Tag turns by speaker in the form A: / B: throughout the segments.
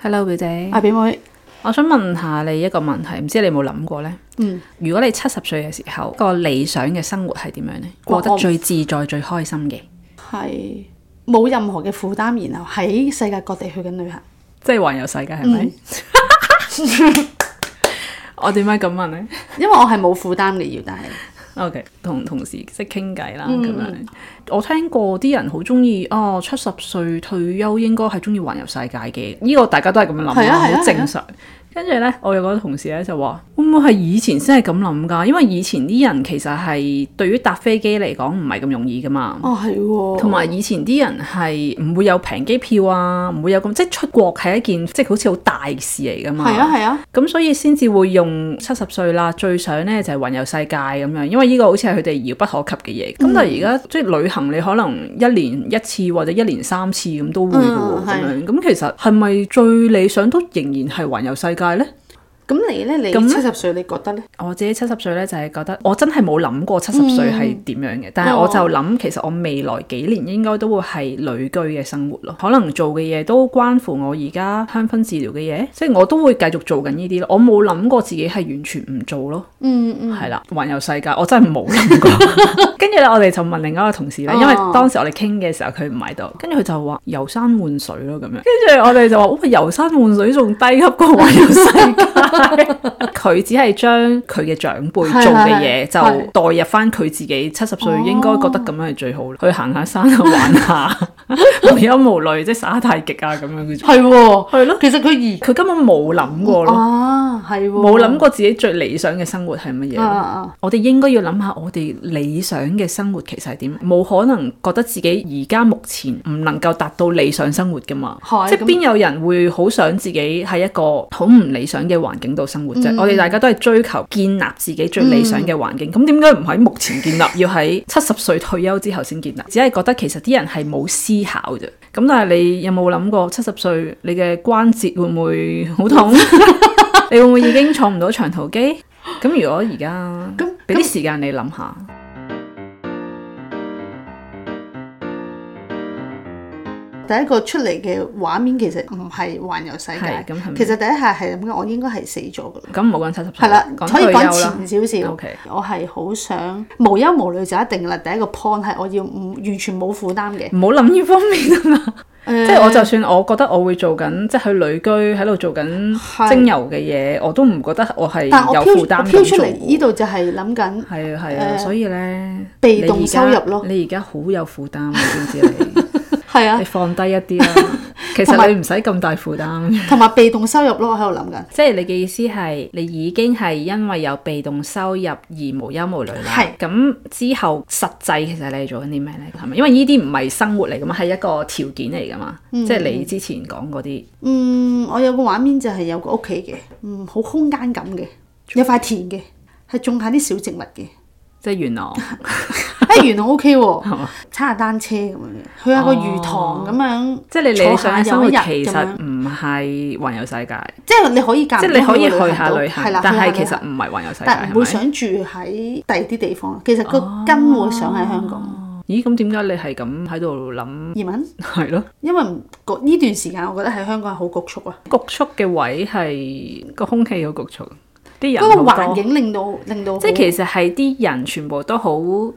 A: Hello 表姐，
B: 阿表妹，
A: 我想問下你一個問題，唔知你有冇諗過呢？
B: 嗯，
A: 如果你七十歲嘅時候，個理想嘅生活係點樣呢？過
B: 哇
A: 得
B: 我
A: 最自在、最開心嘅，
B: 係冇任何嘅負擔，然後喺世界各地去緊旅行。
A: 即係環遊世界係咪？ 我點解咁問呢
B: 因為我係冇負擔嘅要，但係
A: o k 同同事即係傾偈啦，咁樣。嗯我聽過啲人好中意哦，七十歲退休應該係中意環遊世界嘅，呢、個大家都係咁樣諗
B: 係
A: 啦，
B: 啊
A: 好、
B: 係啊
A: 正常。跟住呢，我有個同事呢就話：會唔會係以前先係咁諗㗎？因為以前啲人其實係對於搭飛機嚟講唔係咁容易㗎嘛。
B: 哦係喎，
A: 同埋以前啲人係唔會有平機票啊，唔會有咁即係出國係一件即係好似好大嘅事嚟噶嘛。
B: 係啊係啊，
A: 咁所以先至會用七十歲啦，最想咧就係、環遊世界咁樣，因為呢個好似係佢哋遙不可及嘅嘢。
B: 嗯
A: 咁、但係而家即係旅行，你可能一年一次或者一年三次咁都會嘅喎，
B: 嗯
A: 咁、
B: 係
A: 樣咁其實係咪最理想都仍然係環遊世界呢？
B: 咁你咧，你
A: 咁
B: 七十歲你覺得咧？
A: 我自己七十歲咧，就係、覺得我真係冇諗過七十歲係點樣嘅，但係
B: 嗯哦
A: 我就諗其實我未來幾年應該都會係旅居嘅生活咯，可能做嘅嘢都關乎我而家香薰治療嘅嘢，即係我都會繼續做緊呢啲咯。我冇諗過自己係完全唔做咯，
B: 嗯嗯，
A: 係啦、環遊世界我真係冇諗過。 跟住咧，我哋就問另一個同事咧，因為
B: 哦
A: 當時我哋傾嘅時候佢唔喺度，跟住佢就話遊山玩水咯咁樣。跟住我哋就話哇，遊山玩水仲低級過環遊世界。佢只係將佢嘅長輩做嘅嘢
B: 係係哦
A: 就代入翻佢自己七十歲應該覺得咁樣係最好，去行下山啊，玩下， 無憂無慮，即係耍下太極啊咁樣嗰種。
B: 係喎，
A: 係咯，
B: 其實佢
A: 佢根本冇諗過
B: 而
A: 咯，
B: 啊係喎，
A: 冇諗過自己最理想嘅生活係乜嘢
B: 啊
A: 咯。
B: 啊
A: 我哋應該要諗下我哋理想嘅生活其實係點，冇可能覺得自己而家目前唔能夠達到理想生活噶嘛。
B: 係
A: 即係
B: 咁
A: 邊有人會好想自己喺一個好唔理想嘅環境度生活啫？
B: 嗯
A: 我哋大家都係追求建立自己最理想嘅環境，咁點解唔喺目前建立，要喺
B: 嗯
A: 七十歲退休之後先建立？只係覺得其實啲人係冇思考啫。咁但係你有冇諗過七十歲你嘅關節會唔會好 痛？你會唔會已經坐唔到長途機？咁如果而家
B: 咁
A: 俾啲時間你諗下，
B: 啊，第一個出嚟嘅畫面其實唔係環遊世
A: 係
B: 界，
A: 咁係咪
B: 其實第一下係諗緊，我應該係死咗噶啦。
A: 咁唔好講七十歲，
B: 係啦，
A: 講
B: 可以
A: 退休
B: 講
A: 啦。
B: 前少少。
A: OK
B: 我係好想無憂無慮就一定啦。第一個 point 係我要唔完全冇負擔嘅。
A: 唔好諗呢方面啊嘛，
B: 誒
A: 即係我就算我覺得我會做緊，即係去旅居喺度做緊
B: 係
A: 精油嘅嘢，我都唔覺得我係
B: 但我飄
A: 有負
B: 我
A: 擔咁
B: 飄出
A: 做
B: 嚟呢度就係諗 緊，
A: 係啊係啊，所以咧，
B: 被
A: 你
B: 動
A: 而家
B: 收入咯
A: 你而家好有負擔，你知唔知你？
B: 係
A: 你
B: 啊，
A: 放低一啲 啦，其
B: 同
A: 實
B: 埋
A: 你唔使咁大負擔。
B: 同埋被動收入咯，我喺度諗緊。
A: 即係你嘅意思係，你已經係因為有被動收入而無憂無慮啦。
B: 係
A: 咁之後實際其實你係做緊啲咩呢？係咪？因為呢啲唔係生活嚟噶嘛，係一個條件嚟噶嘛。即係你之前講嗰啲，
B: 嗯，我有個畫面就係有個屋企嘅，嗯，好空間感嘅，有塊田嘅，係種下啲小植物 嘅。
A: 即係元 朗
B: 誒、原來 O K
A: 係
B: 喎
A: 嘛，
B: 踩下單車咁樣嘅，去下個魚塘咁樣，
A: 即係你理想嘅生活
B: 坐下有
A: 其
B: 一日咁
A: 實
B: 樣
A: 唔係環遊世界，
B: 即係你可以間唔
A: 即係你
B: 中
A: 可以
B: 個
A: 去下
B: 到
A: 旅行
B: 係啦，，
A: 但係
B: 去
A: 其
B: 下旅
A: 實
B: 行
A: 唔係環遊世界，
B: 但唔會
A: 係咪？哦
B: 想住喺第二啲地方。其實個根會想喺香港
A: 咦？咁點解你係咁喺度諗？
B: 移民，
A: 係咯，
B: 因為唔嗰呢段時間我覺得喺香港係好局促啊。
A: 局促嘅位係個空氣好局促，啲人
B: 嗰個
A: 好多
B: 環境令到令到
A: 即係其實係啲人全部都好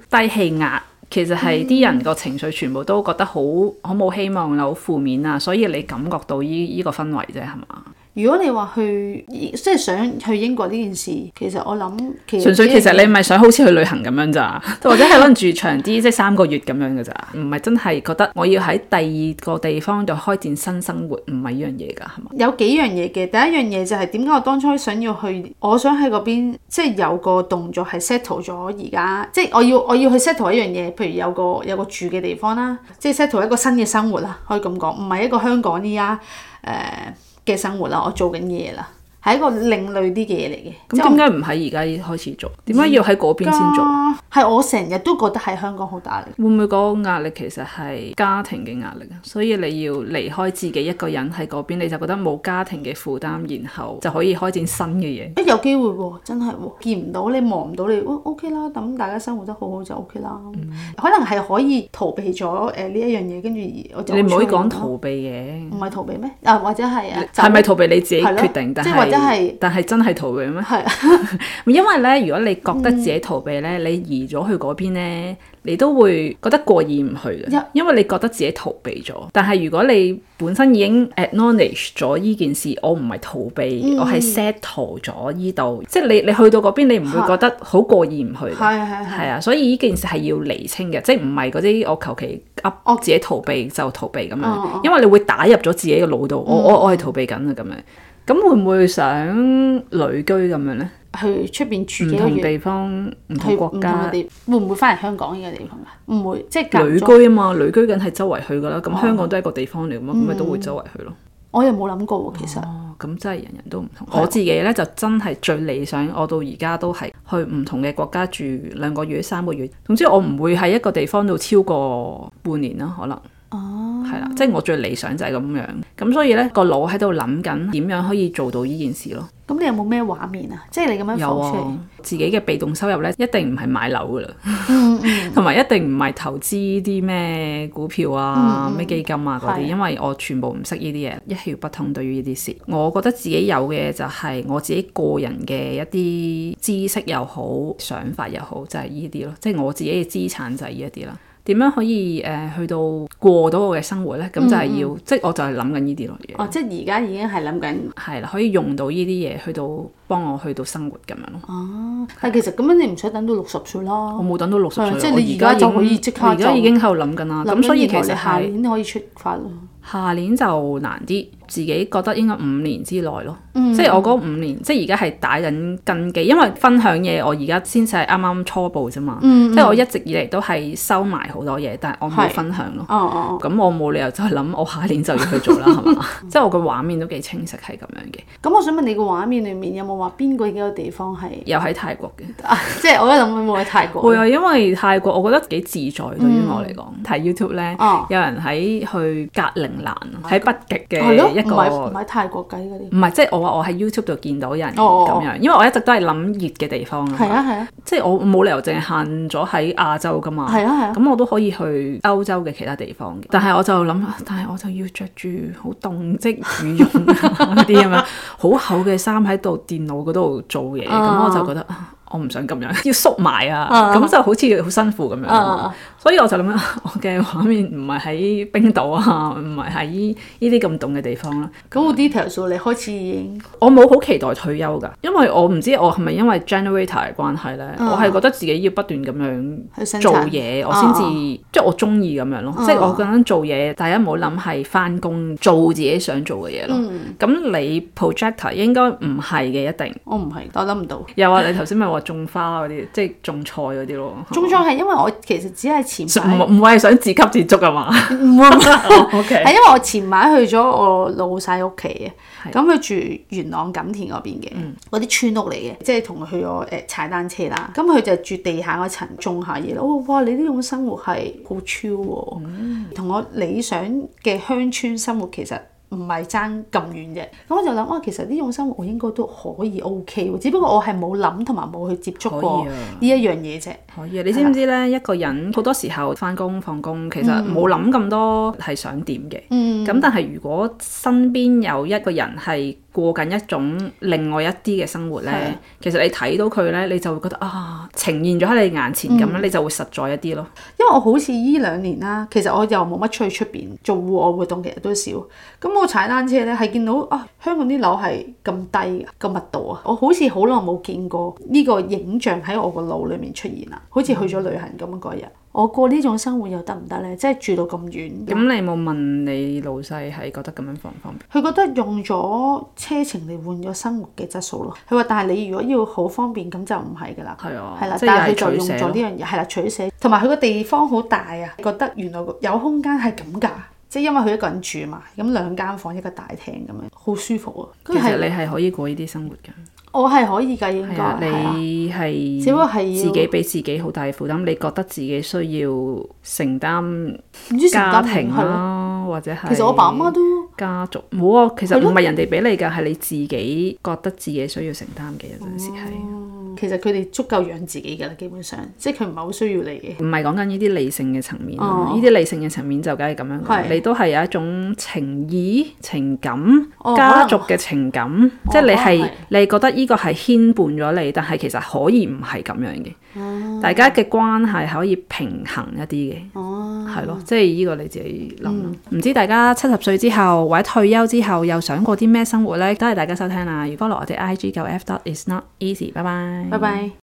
A: 低氣壓，其實係啲人個情緒全部都覺得好好冇希望啦，好負面啊，所以你感覺到依依個氛圍啫，係嘛？
B: 如果你話去即係想去英國呢件事，其實我諗其實
A: 純粹其實你咪想好似去旅行咁樣咋，或者係可能住長啲，即係三個月咁樣嘅咋，唔係真係覺得我要喺第二個地方度開展新生活，唔係呢樣嘢㗎，係嘛？
B: 有幾樣嘢嘅。第一樣嘢就係點解我當初想要去，我想喺嗰邊即係有個動作係 settle 咗而家，即係我要我要去 settle 一樣嘢，譬如有個有個住嘅地方啦，即係 settle 一個新嘅生活啦，可以咁講，唔係一個香港依家誒嘅生活啦，我做緊嘢啦。係一個另類啲嘅嘢嚟嘅。
A: 咁點解唔喺而家開始做？點解要喺嗰邊
B: 點
A: 先做？
B: 係我成日都覺得喺香港好大壓力。
A: 會唔會嗰個壓力其實係家庭嘅壓力啊？所以你要離開自己一個人喺嗰邊，你就覺得冇家庭嘅負擔，然後就可以開展新嘅嘢。
B: 誒有機會喎、真係喎、見唔到你望唔到你，哦 OK 啦，咁大家生活得好好就 OK 啦。
A: 嗯
B: 可能係可以逃避咗誒呢一樣嘢，跟住而我就
A: 你唔可以
B: 出去
A: 講
B: 咯
A: 逃避嘅，
B: 唔係逃避咩？啊，或者係啊，
A: 係咪逃避你自己
B: 係咯
A: 決定？但
B: 即係或者
A: 係
B: 係
A: 但係真係逃避咩？
B: 係啊嗯
A: 因為咧，如果你覺得自己逃避咧，你移咗去嗰邊咧，你都會覺得過意唔去嘅
B: 一，
A: 因為你覺得自己逃避咗。但係如果你本身已經 acknowledge 咗呢件事，我唔係逃避，我
B: 嗯
A: 係 settle 咗呢度，即係你你去到嗰邊，你唔會覺得好過意唔去嘅。
B: 係係係
A: 係啊，所以呢件事係要釐清嘅，即係唔係嗰啲我求其噏自己逃避就逃避咁樣，
B: 哦嗯哦
A: 因為你會打入咗自己嘅腦度，我我我係逃避緊啊咁樣。咁會唔會想旅居咁樣呢？
B: 去出邊住
A: 唔
B: 幾個
A: 同
B: 月，
A: 地方、唔
B: 去
A: 同
B: 唔
A: 國
B: 同
A: 家
B: 嘅地，會唔會翻嚟香港呢個地方哦啊？唔會，即係隔唔
A: 旅
B: 中
A: 居啊嘛，旅居緊係周圍去噶啦，咁香港都係一個地方嚟㗎嘛，咁咪都會周圍去咯。
B: 我又冇諗過喎，其實。
A: 哦，咁真係啊人人都唔同。我自己咧就真係最理想，我到而家都係去唔同嘅國家住兩個月、三個月。總之我唔會喺一個地方度超過半年啦，可能。哦，係啦，即係我最理想就係咁樣。咁所以咧個腦喺度諗緊點樣可以做到呢件事咯。
B: 咁你有冇咩畫面啊？即係你咁樣
A: 有
B: 浮出嚟，
A: 啊，自己嘅被動收入咧，一定唔係買樓噶啦， 同埋一定唔係投資啲咩股票啊、咩、基金啊嗰啲，
B: 係
A: 因為我全部唔識呢啲嘢，一竅不通對於呢啲事。我覺得自己有嘅就係我自己個人嘅一啲知識又好、想法又好，就係呢啲咯，即係我自己嘅資產就係呢一啲啦。點樣可以誒、呃去到過到我嘅生活咧？咁就係要，即係我就係諗緊呢啲咯。
B: 哦，即係而家已經係諗緊。
A: 係啦，可以用到呢啲嘢去到幫我去到生活咁樣咯。
B: 但係其實咁樣你唔使等到六十歲啦
A: 我。哦冇等到六十歲
B: 係
A: 啦，
B: 即係
A: 我
B: 你而
A: 家
B: 家就
A: 已經
B: 可以即刻
A: 我而家
B: 就
A: 已經喺度諗緊啦。
B: 諗
A: 咁
B: 緊
A: 所以
B: 然
A: 其
B: 後
A: 實
B: 你下
A: 係
B: 年可以出發咯。
A: 下年就難啲，自己覺得應該五年之內咯。
B: 嗯
A: 即係我嗰五年，即係而家係打緊根基，因為分享嘢我而家先至係啱啱初步啫嘛。即係我一直以嚟都係收埋好多嘢，但係我冇
B: 嗯係
A: 分享咯。
B: 哦哦，哦
A: 咁我冇理由就係諗我下年就要去做啦，係 嘛？即係我個畫面都幾清晰係咁樣嘅，
B: 咁我想問你個畫面裡面有冇話邊個幾個地 方係
A: 又喺泰國嘅。
B: 啊？即係我一諗會唔會喺泰國？
A: 會啊，因為泰國我覺得幾自在，對於我嚟講，睇 YouTube 咧，
B: 嗯哦 Oh
A: 有人喺去格陵蘭啊喺北極
B: 係咯，
A: 嘅一
B: 唔係唔
A: 個。
B: 係泰國計嗰啲。
A: 唔係，即係我話我喺 YouTube 度見到人咁樣，
B: 哦哦
A: 因為我一直都係諗熱嘅地方啊
B: 係
A: 嘛，
B: 啊係啊
A: 即係我冇理由淨係限咗喺亞洲噶嘛，
B: 係啊係嗯啊。
A: 咁我都可以去歐洲嘅其他地方嘅，但係我就諗，啊但係我就要着住好凍，即係羽絨啊嗰啲咁 樣，好厚嘅衫喺度電腦嗰度做嘢，咁、
B: 啊
A: 我就覺得啊我唔想咁樣， 要縮埋啊，
B: 啊
A: 咁、就好似好辛苦咁樣。
B: 啊
A: 所以我就諗緊，我嘅畫面唔係喺冰島啊，唔係喺呢啲咁凍嘅地方啦。
B: 咁好 detail 數，你開始已經
A: 我冇好期待退休㗎，因為我唔知我係咪因為 generator 嘅關係咧，我係覺得自己要不斷咁樣
B: 啊去生產啊
A: 做嘢，我先至、即係我中意咁樣咯。即係我咁樣做嘢，大家唔好諗係翻工做自己想做嘅嘢咯。
B: 嗯
A: 咁、你 projector 應該唔係嘅，一定
B: 我唔係，我諗唔到。
A: 有啊。你頭先咪話種花嗰啲，即係種菜嗰啲咯。
B: 中裝係因為我其實只係前
A: 唔
B: 排，
A: 唔係想自給自足啊嘛
B: 唔會唔會
A: ？OK，
B: 係因為我前排去咗我老細屋企嘅，咁佢住元朗錦田嗰邊嘅，
A: 嗯
B: 嗰啲村屋嚟嘅，即係同佢去我誒踩單車啦。咁佢就住地下嗰層種下嘢咯。我話哇，你呢種生活係好超喎，
A: 嗯
B: 同、我理想嘅鄉村生活其實。唔係爭咁遠啫，咁我就諗啊，其實呢種生活我應該都可以 OK 喎，只不過我係冇諗同埋冇去接觸過
A: 可以啊
B: 呢一樣嘢啫。
A: 可以啊！你知唔知咧？一個人好多時候翻工放工，其實
B: 嗯
A: 冇諗咁多係想點嘅。咁、但係如果身邊有一個人係過緊一種另外一啲嘅生活
B: 係
A: 咧，其實你睇到佢咧，你就會覺得啊，呈現咗喺你眼前咁
B: 嗯
A: 樣，你就會實在一啲咯。
B: 因為我好似依兩年啦，其實我又冇乜出去出邊做戶外活動，其實都少。咁我踩單車咧，係見到啊香港啲樓係咁低嘅個密度啊，我好似好耐冇見過呢個影像喺我個腦裡面出現啦，好似去咗旅行咁樣嗰日。我過呢種生活又得唔得咧？即係住到咁遠，
A: 咁你冇問你老細係覺得咁樣方唔方便？
B: 佢覺得用咗車程嚟換咗生活嘅質素咯。佢話：但係你如果要好方便，咁就唔係㗎啦。
A: 係啊，
B: 係啦，
A: 即
B: 但
A: 係
B: 係
A: 又
B: 佢就
A: 取
B: 用
A: 捨
B: 咗
A: 咯
B: 呢樣嘢，係啦取捨，同埋佢個地方好大啊，覺得原來有空間係咁㗎。即係因為佢一個人住嘛，咁兩間房一個大廳咁樣，好舒服啊。
A: 其
B: 跟住
A: 實
B: 係
A: 你係可以過呢啲生活㗎，
B: 我係可以㗎，應
A: 係
B: 該
A: 啊，
B: 係啊
A: 你係
B: 只不過係要
A: 自己俾自己好大嘅負擔，你覺得自己需要承擔
B: 唔知承
A: 家
B: 擔
A: 庭
B: 係咯。
A: 啦，或者係
B: 其實我爸媽都
A: 家族冇啊，其實
B: 係咯
A: 唔係人哋俾你㗎，係你自己覺得自己需要承擔嘅有陣時係。
B: 其實佢哋足夠養自己㗎啦，基本上即係佢唔係好需要你嘅。
A: 唔係講緊呢啲理性嘅層面啊，
B: 哦
A: 呢啲、理性嘅層面就梗係咁樣講，
B: 係
A: 你都係有一種情意、情感、
B: 哦
A: 家族嘅情感，即係你係、
B: 可
A: 你覺得呢個係牽絆咗你，但係其實可以唔係咁樣嘅，大家嘅關係可以平衡一啲嘅。
B: 哦，嗯
A: 係咯，即係呢個你自己諗啦。唔、知大家七十歲之後或者退休之後又想過啲咩生活呢？多謝大家收聽啦！如果落我哋 I G 九 F dot is not easy，拜拜，
B: 拜拜。